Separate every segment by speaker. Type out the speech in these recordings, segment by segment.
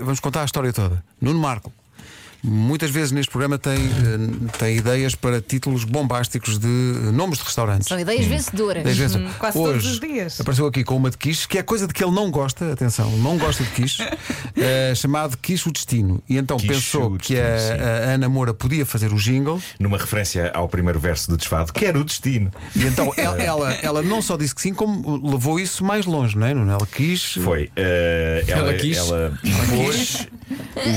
Speaker 1: vamos contar a história toda. Nuno Marco. Muitas vezes neste programa tem, eh, tem ideias para títulos bombásticos de eh, nomes de restaurantes.
Speaker 2: São ideias vencedoras.
Speaker 1: Ideias vencedoras.
Speaker 3: Uhum, quase
Speaker 1: Hoje,
Speaker 3: todos os dias.
Speaker 1: Apareceu aqui com uma de quiche, que é coisa de que ele não gosta, atenção, não gosta de quiche, eh, chamado Quiche o Destino. E então
Speaker 4: Quiche
Speaker 1: pensou
Speaker 4: o
Speaker 1: que
Speaker 4: Destino,
Speaker 1: a,
Speaker 4: sim.
Speaker 1: a Ana Moura podia fazer o jingle,
Speaker 4: Numa referência ao primeiro verso do desfado, quero o destino.
Speaker 1: e então ela, ela, ela não só disse que sim, como levou isso mais longe, não é? Nuno? Ela quis.
Speaker 4: Foi. eh, ela,
Speaker 5: Ela quis.
Speaker 4: ela pôs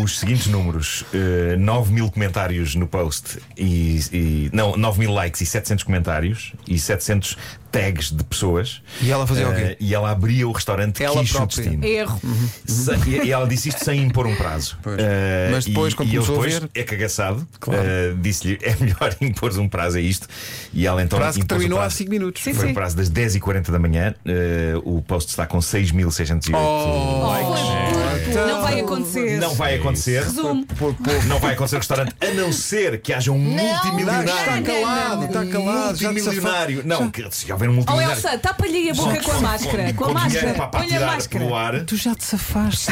Speaker 4: os seguintes números: 9 mil comentários no post, e, e- não, 9 mil likes e 700 comentários, e 700 tags de pessoas.
Speaker 1: E ela fazia o
Speaker 4: Eh,
Speaker 1: quê?
Speaker 4: E ela abria o restaurante
Speaker 1: Ela
Speaker 4: Quiche o
Speaker 1: própria.
Speaker 4: Destino.
Speaker 3: Erro.
Speaker 4: Se- e, e ela disse isto sem impor um prazo.
Speaker 1: Pois.
Speaker 4: Eh,
Speaker 1: Mas depois,
Speaker 4: e,
Speaker 1: quando
Speaker 4: e eu
Speaker 1: começou a ver-
Speaker 4: depois é cagaçado.
Speaker 1: Claro.
Speaker 4: Eh, Disse-lhe é melhor impor um prazo a isto. E ela então
Speaker 1: Prazo que
Speaker 4: impôs o
Speaker 1: terminou assim, há
Speaker 4: prazo.
Speaker 1: 5 minutos.
Speaker 3: Sim,
Speaker 4: Foi
Speaker 3: sim.
Speaker 4: o prazo das 10h40 da manhã. Eh, o post está com 6.608
Speaker 3: Oh!
Speaker 4: likes.
Speaker 3: Não vai acontecer.
Speaker 4: Não vai acontecer.
Speaker 3: Resumo.
Speaker 1: Então, Por pouco.
Speaker 4: Não vai acontecer no restaurante, a não ser que haja um
Speaker 1: Está
Speaker 4: multimilionário.
Speaker 1: calado, está calado. já te safou.
Speaker 4: Multimilionário. Não, que, se houver um
Speaker 3: Oh
Speaker 4: multimilionário.
Speaker 3: Elsa, tapa-lhe aí a boca com a máscara. Com a
Speaker 4: dinheiro
Speaker 3: máscara.
Speaker 4: para, para
Speaker 3: Põe a
Speaker 4: tirar
Speaker 3: máscara.
Speaker 4: pelo ar.
Speaker 1: Tu já te safaste.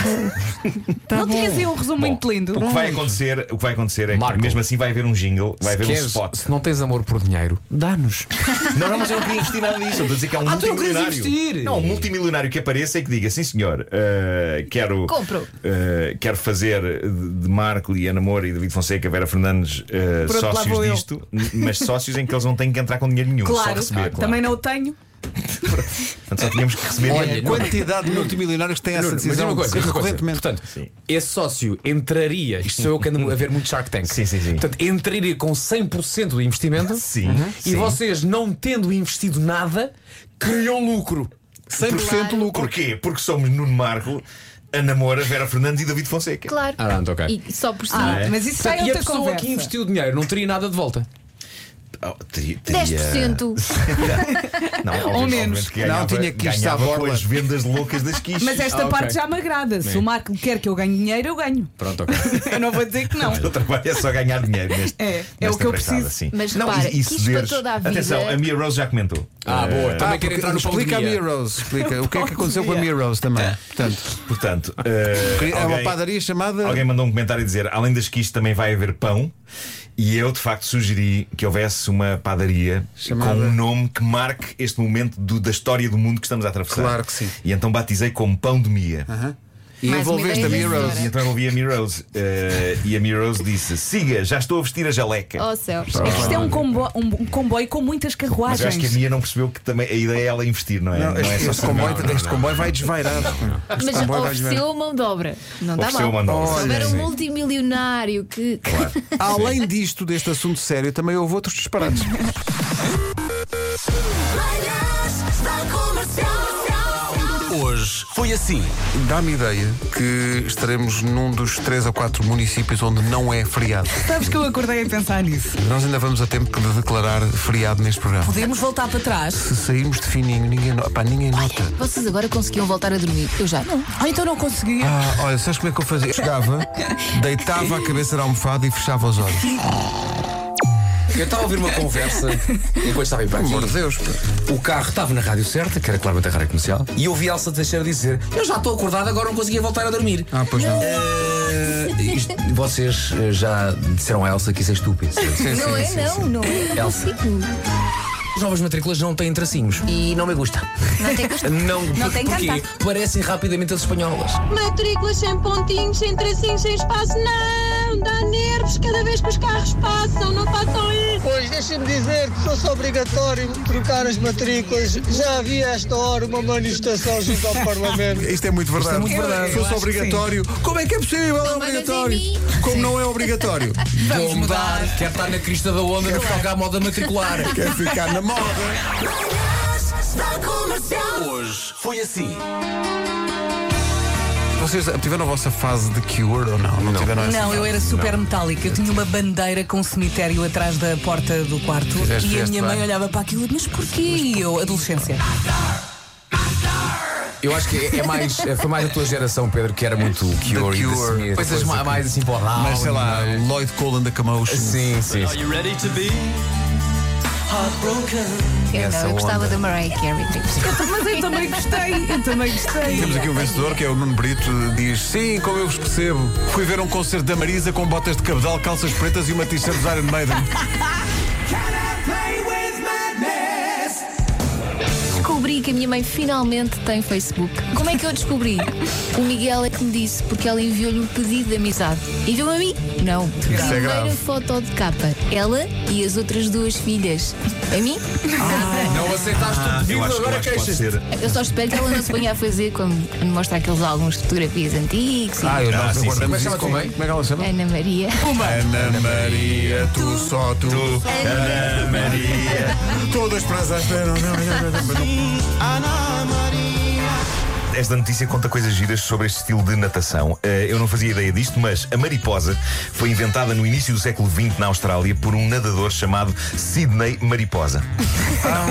Speaker 1: Tá
Speaker 3: Não
Speaker 1: bom.
Speaker 3: tinhas aí um resumo
Speaker 4: Bom,
Speaker 3: muito lindo.
Speaker 4: O que vai acontecer, o que vai acontecer é
Speaker 5: Marco.
Speaker 4: que mesmo assim vai haver um jingle, vai haver um
Speaker 5: Queres-
Speaker 4: spot.
Speaker 5: Se não tens amor por dinheiro, dá-nos.
Speaker 4: Não, não, mas eu não queria investir nada nisso. Eu Estou a dizer que há um
Speaker 5: Ah, tu não queres
Speaker 4: multimilionário.
Speaker 5: investir?
Speaker 4: Não, um multimilionário que apareça e que diga: sim, senhor, eh, quero.
Speaker 2: Compro.
Speaker 4: eh, quero fazer de de Marco e Ana Moura e David Fonseca, Vera Fernandes, eh,
Speaker 3: Pronto, lá
Speaker 4: sócios
Speaker 3: vou eu.
Speaker 4: disto, n- mas sócios em que eles não têm que entrar com dinheiro nenhum, só
Speaker 3: Claro, Ah,
Speaker 4: receber.
Speaker 3: também não o tenho.
Speaker 4: Portanto, só tínhamos que receber
Speaker 5: Olha,
Speaker 4: dinheiro.
Speaker 5: não-
Speaker 1: Quantidade de multimilionários que têm essa
Speaker 5: Nuno, mas diz
Speaker 1: decisão
Speaker 5: uma coisa, diz uma coisa.
Speaker 1: recorrentemente.
Speaker 5: Portanto,
Speaker 4: Sim.
Speaker 5: esse sócio entraria, isto sou eu que ando a ver muito Shark Tank.
Speaker 4: Sim, sim, sim.
Speaker 5: Portanto, entraria com 100% do investimento Uhum.
Speaker 4: Sim,
Speaker 5: e
Speaker 4: sim.
Speaker 5: vocês, não tendo investido nada, criam lucro.
Speaker 1: 100% lucro.
Speaker 4: Porquê? Porque somos Nuno Marco, Ana Moura, Vera Fernandes e David Fonseca.
Speaker 2: Claro.
Speaker 5: Ah, pronto, ok.
Speaker 2: E só por cima.
Speaker 3: Ah, mas isso já é
Speaker 5: e a
Speaker 3: outra
Speaker 5: pessoa
Speaker 3: conversa.
Speaker 5: que investiu o dinheiro não teria nada de volta.
Speaker 4: Oh, teria- teria-
Speaker 2: 10%.
Speaker 4: Não,
Speaker 3: Ou
Speaker 4: obviamente
Speaker 3: menos.
Speaker 4: que ganhava-
Speaker 1: Não, tinha que isto à
Speaker 4: ganhava com
Speaker 1: borla.
Speaker 4: as vendas loucas das quiches.
Speaker 3: Mas esta
Speaker 5: Ah, ok.
Speaker 3: parte já me agrada. Se o Marco quer que eu ganhe dinheiro, eu ganho.
Speaker 5: Pronto, ok.
Speaker 3: Eu não vou dizer que não.
Speaker 4: O teu trabalho é só ganhar dinheiro neste,
Speaker 3: É, é
Speaker 4: nesta
Speaker 3: o que eu
Speaker 4: empreitada,
Speaker 3: preciso.
Speaker 4: Sim.
Speaker 2: Mas repara,
Speaker 4: e- e se
Speaker 2: quis para
Speaker 4: deres-
Speaker 2: toda a vida-
Speaker 4: Atenção, a Mia Rose já comentou.
Speaker 1: Ah,
Speaker 5: Ah, boa. Também quero
Speaker 1: porque-
Speaker 5: entrar no pão de
Speaker 1: explica a Mia
Speaker 5: dia.
Speaker 1: Rose. Explica o que é que aconteceu com a Mia Rose também.
Speaker 5: É.
Speaker 1: Portanto,
Speaker 4: Portanto, eh,
Speaker 1: é uma
Speaker 4: alguém,
Speaker 1: padaria chamada.
Speaker 4: alguém mandou um comentário a dizer: além das quiches também vai haver pão. E eu de facto sugeri que houvesse uma padaria
Speaker 1: Chamada-
Speaker 4: com um nome que marque este momento do- da história do mundo que estamos a atravessar.
Speaker 1: Claro que sim.
Speaker 4: E então batizei como Pão de Mia.
Speaker 1: E
Speaker 2: Mais uma
Speaker 1: envolveste a
Speaker 2: ideia
Speaker 1: Mia Rose.
Speaker 4: E então eu ouvi a Mia Rose. eh, e a Mia Rose disse: siga, já estou a vestir a jaleca.
Speaker 2: Oh céus.
Speaker 3: É que isto é um, combo- um- um comboio com muitas
Speaker 4: Mas eu acho que é a
Speaker 3: carruagens.
Speaker 4: Mia não percebeu que também a ideia é ela investir, não é?
Speaker 1: Não,
Speaker 4: Não é
Speaker 1: este,
Speaker 4: só
Speaker 1: este
Speaker 4: saber.
Speaker 1: comboio, este comboio vai desvairar. Este
Speaker 2: Mas
Speaker 1: comboio vai desvairar.
Speaker 2: ofereceu mão de obra. Não está
Speaker 4: Ofereceu
Speaker 2: mal.
Speaker 4: uma nova.
Speaker 2: Se houver um
Speaker 4: Sim.
Speaker 2: multimilionário que.
Speaker 1: Além disto, deste assunto sério, também houve outros disparates.
Speaker 6: Manhãs da Comercial.
Speaker 7: Hoje foi assim.
Speaker 1: Dá-me ideia que estaremos num dos três ou quatro municípios onde não é feriado.
Speaker 3: Sabes que eu acordei a pensar nisso.
Speaker 1: Nós ainda vamos a tempo de declarar feriado neste programa.
Speaker 3: Podemos voltar para trás.
Speaker 1: Se sairmos de fininho, ninguém, no- pá, ninguém nota.
Speaker 2: Vocês agora conseguiam voltar a dormir. Eu já não.
Speaker 3: Ah, então não consegui.
Speaker 1: Ah, olha, sabes como é que eu fazia? Chegava, deitava a cabeça na almofada e fechava os olhos.
Speaker 5: Eu estava a ouvir uma conversa enquanto estava em para aqui.
Speaker 1: Amor de Deus. pá.
Speaker 5: O carro estava na rádio certa, que era claramente a rádio comercial, e eu ouvi Elsa Teixeira dizer: Eu já estou acordado, agora não conseguia voltar a dormir.
Speaker 1: Ah, pois não.
Speaker 5: Eh, isto- vocês eh, já disseram a Elsa que isso é estúpido.
Speaker 2: não é, não, não é. Não
Speaker 5: Elsa.
Speaker 2: consigo.
Speaker 5: As novas matrículas não têm tracinhos. E não me gusta.
Speaker 2: Não tem gosto.
Speaker 5: Não,
Speaker 3: Não
Speaker 5: por-
Speaker 3: tem
Speaker 5: porquê?
Speaker 3: cantar.
Speaker 5: Parecem rapidamente as espanholas.
Speaker 8: Matrículas sem pontinhos, sem tracinhos, sem espaço, não! Dá nervos cada vez que os carros passam, não façam isso!
Speaker 9: Pois deixa-me dizer que fosse obrigatório trocar as matrículas. Já havia a esta hora uma manifestação junto ao Parlamento.
Speaker 1: Isto é muito verdade.
Speaker 3: muito verdade.
Speaker 1: Se
Speaker 3: Eu
Speaker 1: fosse
Speaker 3: acho que
Speaker 1: obrigatório, como é que é possível? É
Speaker 2: Não mandas em
Speaker 1: obrigatório.
Speaker 2: mim.
Speaker 1: Como não é obrigatório?
Speaker 5: Vou mudar. Quero estar na crista da onda, não toca à moda matricular.
Speaker 1: Quer ficar na moda.
Speaker 6: Manhãs da Comercial.
Speaker 7: Hoje foi assim.
Speaker 1: Vocês tiveram a vossa fase de cure ou não? Não, tiveram essa
Speaker 3: Não,
Speaker 1: fase?
Speaker 3: eu era super metálica. Eu tinha uma bandeira com um cemitério atrás da porta do quarto
Speaker 1: Fizeste,
Speaker 3: e a
Speaker 1: fizeste
Speaker 3: minha mãe
Speaker 1: bem.
Speaker 3: olhava para aquilo, mas porquê? E eu, adolescência.
Speaker 5: Eu acho que é é mais, é, foi mais a tua geração, Pedro, que era muito Cure, e
Speaker 1: Cure.
Speaker 5: The Smiths,
Speaker 1: Coisas
Speaker 5: coisas ma- mais assim para o down,
Speaker 1: Mas sei lá,
Speaker 5: não é?
Speaker 1: Lloyd Cole and the Commotion.
Speaker 5: Sim, sim.
Speaker 7: Are you ready to be?
Speaker 2: Eu
Speaker 1: Essa
Speaker 2: não, eu gostava
Speaker 1: onda.
Speaker 2: da Mariah Carey.
Speaker 3: Mas eu também gostei, eu também gostei.
Speaker 1: Temos aqui um vencedor que é o Nuno Brito, diz Sim, como eu vos percebo, fui ver um concerto da Marisa com botas de cabedal, calças pretas e uma t-shirt dos Iron Maiden.
Speaker 2: Descobri que a minha mãe finalmente tem Facebook. Como é que eu descobri? O Miguel é que me disse, porque ela enviou-lhe um pedido de amizade. Enviou-me a mim? Não.
Speaker 1: é
Speaker 2: Primeira
Speaker 1: grave.
Speaker 2: foto de capa. Ela e as outras duas filhas. A mim?
Speaker 5: Não aceitaste o
Speaker 4: Ah, eu
Speaker 5: pedido,
Speaker 4: acho, eu
Speaker 5: agora
Speaker 4: acho que pode
Speaker 5: queixas.
Speaker 4: ser.
Speaker 2: Eu só espero que ela não se ponha a fazer como mostra aqueles álbuns de fotografias antigos. e-
Speaker 1: eu
Speaker 4: Ah, Então, sim, sim.
Speaker 1: guardamos
Speaker 4: Mas
Speaker 1: isso
Speaker 5: chama-te
Speaker 1: com-
Speaker 5: como é?
Speaker 1: Como é que ela se chama?
Speaker 2: Ana Maria.
Speaker 1: Ana Maria, tu só tu.
Speaker 4: Tu, eh, Ana Maria.
Speaker 1: Todas para as não, não, não, não, não, não.
Speaker 4: Esta notícia conta coisas giras sobre este estilo de natação. Eh, Eu não fazia ideia disto, mas a mariposa foi inventada no início do século XX na Austrália por um nadador chamado Sidney Mariposa.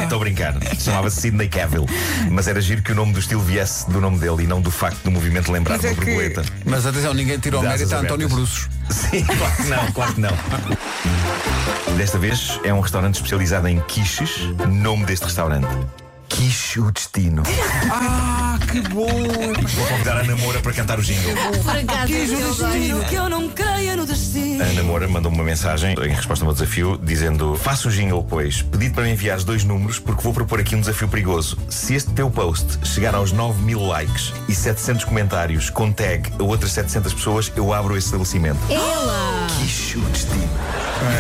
Speaker 4: Estou a brincar. Chamava-se Sidney Cavill. Mas era giro que o nome do estilo viesse do nome dele e não do facto do movimento lembrar
Speaker 3: Mas
Speaker 4: uma
Speaker 3: é que-
Speaker 4: borboleta.
Speaker 1: Mas atenção, ninguém tirou o
Speaker 4: Das
Speaker 1: mérito a
Speaker 4: asas
Speaker 1: António
Speaker 4: abertas.
Speaker 1: Bruços.
Speaker 4: Sim, claro que não, claro que não. Desta vez é um restaurante especializado em quiches. Nome deste restaurante. Quiche o Destino. Ah, que bom! Vou convidar a Ana Moura para cantar o jingle.
Speaker 2: Por acaso,
Speaker 6: Que eu não creia no destino.
Speaker 4: A Ana Moura mandou-me uma mensagem em resposta ao meu desafio, dizendo: Faça o jingle, pois. Pedi-te para me enviar os dois números, porque vou propor aqui um desafio perigoso. Se este teu post chegar aos 9 mil likes e 700 comentários com tag a outras 700 pessoas, eu abro esse estabelecimento.
Speaker 2: ela.
Speaker 4: Que chute, Dino.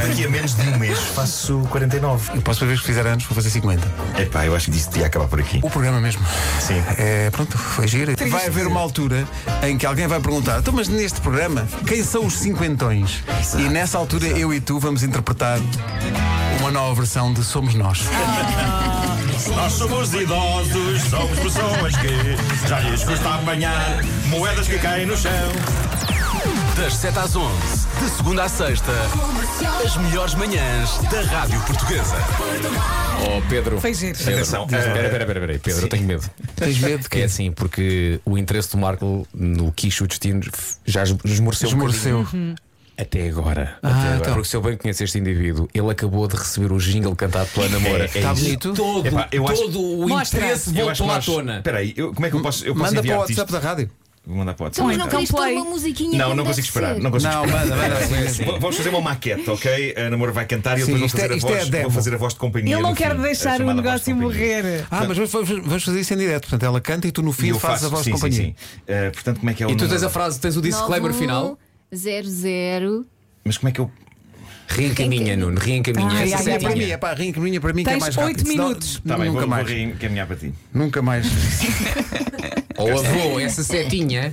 Speaker 4: E Daqui a menos de um mês faço 49.
Speaker 1: Eu posso ver que fizer anos, vou fazer 50.
Speaker 4: Epá, eu acho que isto ia acabar por aqui.
Speaker 1: O programa mesmo.
Speaker 4: Sim.
Speaker 1: É, pronto, foi giro. Vai haver uma altura em que alguém vai perguntar: então, mas neste programa, quem são os cinquentões? E nessa altura, eu e tu vamos interpretar uma nova versão de Somos Nós.
Speaker 4: Nós somos idosos, somos pessoas que já lhes custa apanhar moedas que caem no chão.
Speaker 7: Das 7 às 11, de segunda à sexta, as melhores manhãs da Rádio Portuguesa.
Speaker 10: Oh, Pedro.
Speaker 3: Foi giro.
Speaker 10: Pedro.
Speaker 4: Atenção.
Speaker 10: Espera, espera, espera, espera aí, Pedro, eu tenho medo.
Speaker 1: Tens medo
Speaker 10: É
Speaker 1: que
Speaker 10: assim, porque o interesse do Marco no quicho destino já es- esmoreceu. um
Speaker 1: esmoreceu.
Speaker 10: bocadinho. Até agora.
Speaker 4: Ah,
Speaker 10: Até agora.
Speaker 1: então.
Speaker 10: Porque se eu bem conheço este indivíduo, ele acabou de receber o jingle cantado pela Ana Moura.
Speaker 4: É, é Tá isso.
Speaker 1: bonito?
Speaker 10: Todo,
Speaker 4: Epá, eu acho-
Speaker 10: todo o
Speaker 3: Mostra.
Speaker 10: interesse
Speaker 4: Eu acho
Speaker 10: voltou
Speaker 4: que
Speaker 10: à
Speaker 4: nós...
Speaker 10: tona.
Speaker 4: Espera aí, eu, como é que eu posso, eu posso
Speaker 1: Manda para o
Speaker 4: enviar
Speaker 1: WhatsApp da rádio.
Speaker 4: Vou mandar para o
Speaker 2: Então,
Speaker 4: WhatsApp.
Speaker 2: mas não
Speaker 4: da rádio.
Speaker 2: queres pôr
Speaker 3: play.
Speaker 2: uma musiquinha?
Speaker 4: não,
Speaker 2: como
Speaker 4: não
Speaker 2: deve
Speaker 4: consigo esperar.
Speaker 2: ser?
Speaker 4: Não consigo
Speaker 1: Não,
Speaker 4: esperar.
Speaker 1: manda, manda. assim, assim.
Speaker 4: V- Vamos fazer uma maquete, ok? A Ana Moura vai cantar e eu
Speaker 1: Sim,
Speaker 4: depois vou
Speaker 1: isto é-
Speaker 4: fazer, a
Speaker 1: isto é
Speaker 4: voz,
Speaker 1: a demo.
Speaker 4: vou fazer a voz de companhia.
Speaker 3: Ele não
Speaker 4: no
Speaker 3: quer
Speaker 4: fim, a
Speaker 3: deixar o
Speaker 4: chamada voz de
Speaker 3: negócio
Speaker 4: companhia.
Speaker 3: morrer.
Speaker 1: Ah, mas vamos, vamos- vamos fazer isso em direto. Portanto, ela canta e tu no
Speaker 4: E
Speaker 1: fim
Speaker 4: Tá. eu
Speaker 1: fazes
Speaker 4: faço,
Speaker 1: a voz
Speaker 4: sim,
Speaker 1: de
Speaker 4: sim,
Speaker 1: companhia.
Speaker 4: sim. Eh, portanto, como é que é o
Speaker 10: E tu
Speaker 4: número
Speaker 10: tens a
Speaker 4: da-
Speaker 10: frase, tens o disclaimer final.
Speaker 2: 00.
Speaker 4: Mas como é que eu.
Speaker 10: Reencaminha, Nuno, reencaminha.
Speaker 3: Ai,
Speaker 10: Essa
Speaker 3: ai,
Speaker 10: é a
Speaker 3: ai,
Speaker 1: Para mim,
Speaker 10: minha.
Speaker 1: é pá, reencaminha para mim que é
Speaker 3: Tens
Speaker 1: mais rápido.
Speaker 3: oito
Speaker 1: Senão-
Speaker 3: minutos.
Speaker 4: Tá bem,
Speaker 1: nunca
Speaker 4: vou,
Speaker 1: mais.
Speaker 4: vou encaminhar para ti.
Speaker 1: Nunca mais.
Speaker 10: Ou avô, essa setinha,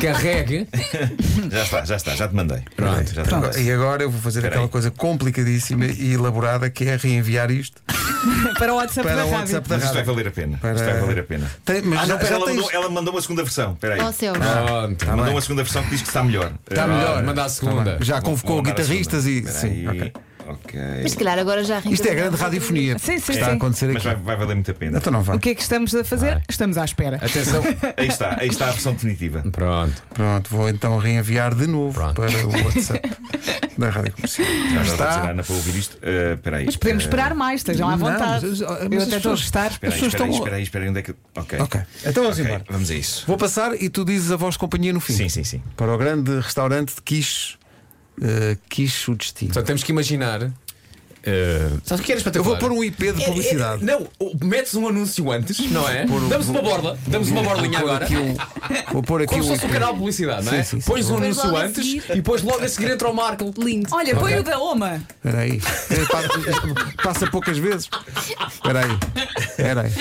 Speaker 10: carregue.
Speaker 4: Já está, já está, já te mandei.
Speaker 10: Pronto,
Speaker 4: já te mandei.
Speaker 1: E agora eu vou fazer
Speaker 4: Espera
Speaker 1: aquela
Speaker 4: aí.
Speaker 1: coisa complicadíssima e elaborada que é reenviar isto
Speaker 3: Para o WhatsApp
Speaker 1: para
Speaker 3: da
Speaker 1: o
Speaker 3: rádio.
Speaker 1: WhatsApp da
Speaker 4: Mas isto vai
Speaker 1: rádio.
Speaker 4: valer a pena.
Speaker 1: Para-
Speaker 4: Isto vai valer a pena.
Speaker 1: Tem- mas
Speaker 4: Ah,
Speaker 1: já-
Speaker 4: não,
Speaker 1: já
Speaker 4: ela,
Speaker 1: tens-
Speaker 4: mandou, ela mandou uma segunda versão. Espera aí.
Speaker 2: Ó céu.
Speaker 10: Pronto.
Speaker 4: mandou
Speaker 1: bem.
Speaker 4: uma segunda versão que diz que está melhor.
Speaker 1: Está melhor.
Speaker 10: Manda a
Speaker 1: Está
Speaker 10: segunda.
Speaker 1: bem.
Speaker 4: Ah,
Speaker 1: Já convocou guitarristas e. Sim,
Speaker 4: Sim,
Speaker 1: ok.
Speaker 4: ok.
Speaker 2: Mas se calhar agora já
Speaker 1: Isto é
Speaker 2: reencaminhamos.
Speaker 1: grande radiofonia.
Speaker 3: Sim, sim,
Speaker 1: Está a
Speaker 3: sim.
Speaker 1: acontecer
Speaker 4: Mas
Speaker 1: aqui.
Speaker 4: vai, vai valer muito a pena.
Speaker 1: Então não vai.
Speaker 3: O que é que estamos a fazer? Estamos à espera.
Speaker 10: Atenção.
Speaker 1: Então,
Speaker 4: Aí está, aí está a versão definitiva.
Speaker 10: Pronto.
Speaker 1: Pronto, vou então reenviar de novo
Speaker 10: Pronto.
Speaker 1: para o WhatsApp da rádio comercial.
Speaker 4: Já agora vou
Speaker 1: está.
Speaker 4: dizer à Ana para ouvir isto. Eh, Espera aí.
Speaker 3: Mas podemos
Speaker 4: Eh,
Speaker 3: esperar mais, estejam à
Speaker 1: Não,
Speaker 3: vontade.
Speaker 1: mas- mas
Speaker 3: Eu
Speaker 1: as
Speaker 3: até estou a
Speaker 1: pessoas-
Speaker 3: gostar.
Speaker 4: Espera aí, espera aí, espera aí, espera aí, onde é que. Ok.
Speaker 1: Ok. Então vamos
Speaker 4: Ok,
Speaker 1: embora.
Speaker 4: Vamos a isso.
Speaker 1: Vou passar e tu dizes a voz de companhia no fim.
Speaker 4: Sim, sim, sim.
Speaker 1: Para o grande restaurante de Quiche. eh, Quiche o destino.
Speaker 10: Portanto, temos que imaginar. eh, Sabes o que era espetacular?
Speaker 1: Eu vou pôr um IP de publicidade.
Speaker 10: É, é, não, o- metes um anúncio antes, não é?
Speaker 1: Pôr o-
Speaker 10: damos uma borla, damos uma borlinha
Speaker 1: Vou pôr
Speaker 10: agora.
Speaker 1: aqui um- vou pôr aqui
Speaker 10: Como se
Speaker 1: um
Speaker 10: fosse um
Speaker 1: IP.
Speaker 10: canal de publicidade, não é?
Speaker 1: Sim, sim, sim.
Speaker 10: Pões um
Speaker 2: Põe
Speaker 10: anúncio
Speaker 2: logo a
Speaker 10: antes
Speaker 2: seguir.
Speaker 10: e depois logo a seguir entra o Marco.
Speaker 2: Lindo.
Speaker 3: Olha, põe o da Oma.
Speaker 1: Espera aí. Eh, pa- Passa poucas vezes. Espera aí. Espera aí.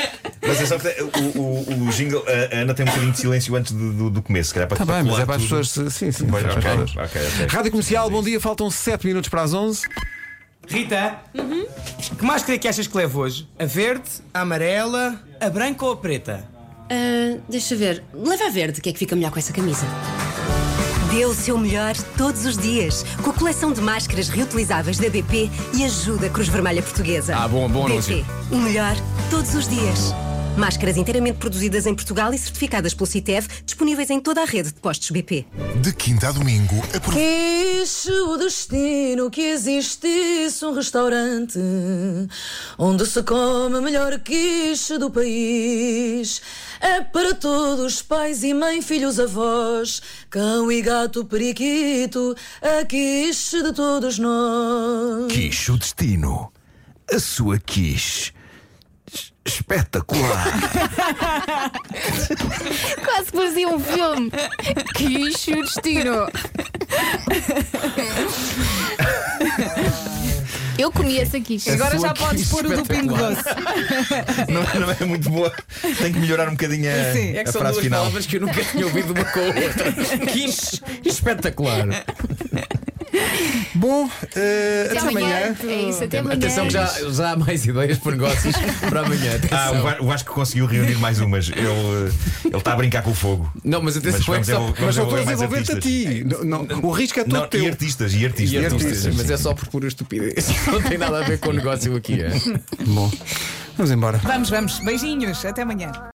Speaker 4: Mas é só que o, o, o jingle. A Ana tem um bocadinho de silêncio antes do, do, do começo, se calhar para
Speaker 1: Está bem, mas
Speaker 4: colar
Speaker 1: é para as
Speaker 4: tudo.
Speaker 1: pessoas. se- Sim, sim.
Speaker 4: Pois,
Speaker 1: para as
Speaker 4: ok,
Speaker 1: pessoas.
Speaker 4: ok, ok.
Speaker 1: Rádio Comercial, bom dia. Faltam 7 minutos para as 11.
Speaker 11: Rita, que máscara é que achas que levo hoje? A verde, a amarela, a branca ou a preta?
Speaker 8: Ah, deixa ver. Leva a verde, que é que fica melhor com essa camisa.
Speaker 6: Dê o seu melhor todos os dias com a coleção de máscaras reutilizáveis da BP e ajuda a Cruz Vermelha Portuguesa.
Speaker 10: Ah, bom, bom
Speaker 6: BP,
Speaker 10: anúncio.
Speaker 6: o melhor todos os dias. Máscaras inteiramente produzidas em Portugal e certificadas pelo CITEV, disponíveis em toda a rede de postos BP.
Speaker 12: De quinta a domingo, aprove-
Speaker 13: Quis o destino que existisse um restaurante onde se come a melhor quiche do país. É para todos, pais e mãe, filhos, avós, cão e gato, periquito, a quiche de todos nós.
Speaker 14: Quis o destino. A sua quis. Es- Espetacular.
Speaker 2: Quase que parecia um filme. Que o destino. Eu comi essa quiche.
Speaker 3: É
Speaker 4: A Agora sua já podes quiche pôr o do Pingo Doce. não, não é muito boa. Tenho que melhorar um bocadinho a,
Speaker 5: Sim. É que
Speaker 4: a
Speaker 5: são
Speaker 4: frase
Speaker 5: duas
Speaker 4: final.
Speaker 5: palavras que eu nunca tinha ouvido uma com a outra. Quis espetacular.
Speaker 1: Bom,
Speaker 5: até
Speaker 2: amanhã. É isso, até amanhã.
Speaker 5: Atenção que já, já há mais ideias para negócios para amanhã.
Speaker 4: Ah,
Speaker 5: Atenção.
Speaker 4: o Vasco- o Vasco conseguiu reunir mais umas. Ele eh, ele está a brincar com o fogo.
Speaker 5: Não, mas atenção,
Speaker 4: vamos
Speaker 5: é só-
Speaker 1: um
Speaker 4: envol- vamos
Speaker 5: mas só
Speaker 4: envolver
Speaker 5: estou a
Speaker 4: mais
Speaker 5: desenvolver-te a
Speaker 4: artistas.
Speaker 1: ti. Não, não, o risco é todo
Speaker 4: Não,
Speaker 1: teu.
Speaker 4: E artistas, e artistas.
Speaker 5: E
Speaker 4: artistas,
Speaker 5: artistas, mas
Speaker 4: sim.
Speaker 5: é só por pura estupidez. Não tem nada a ver com o negócio aqui. É.
Speaker 1: Bom, vamos embora.
Speaker 3: Vamos, vamos. Beijinhos. Até amanhã.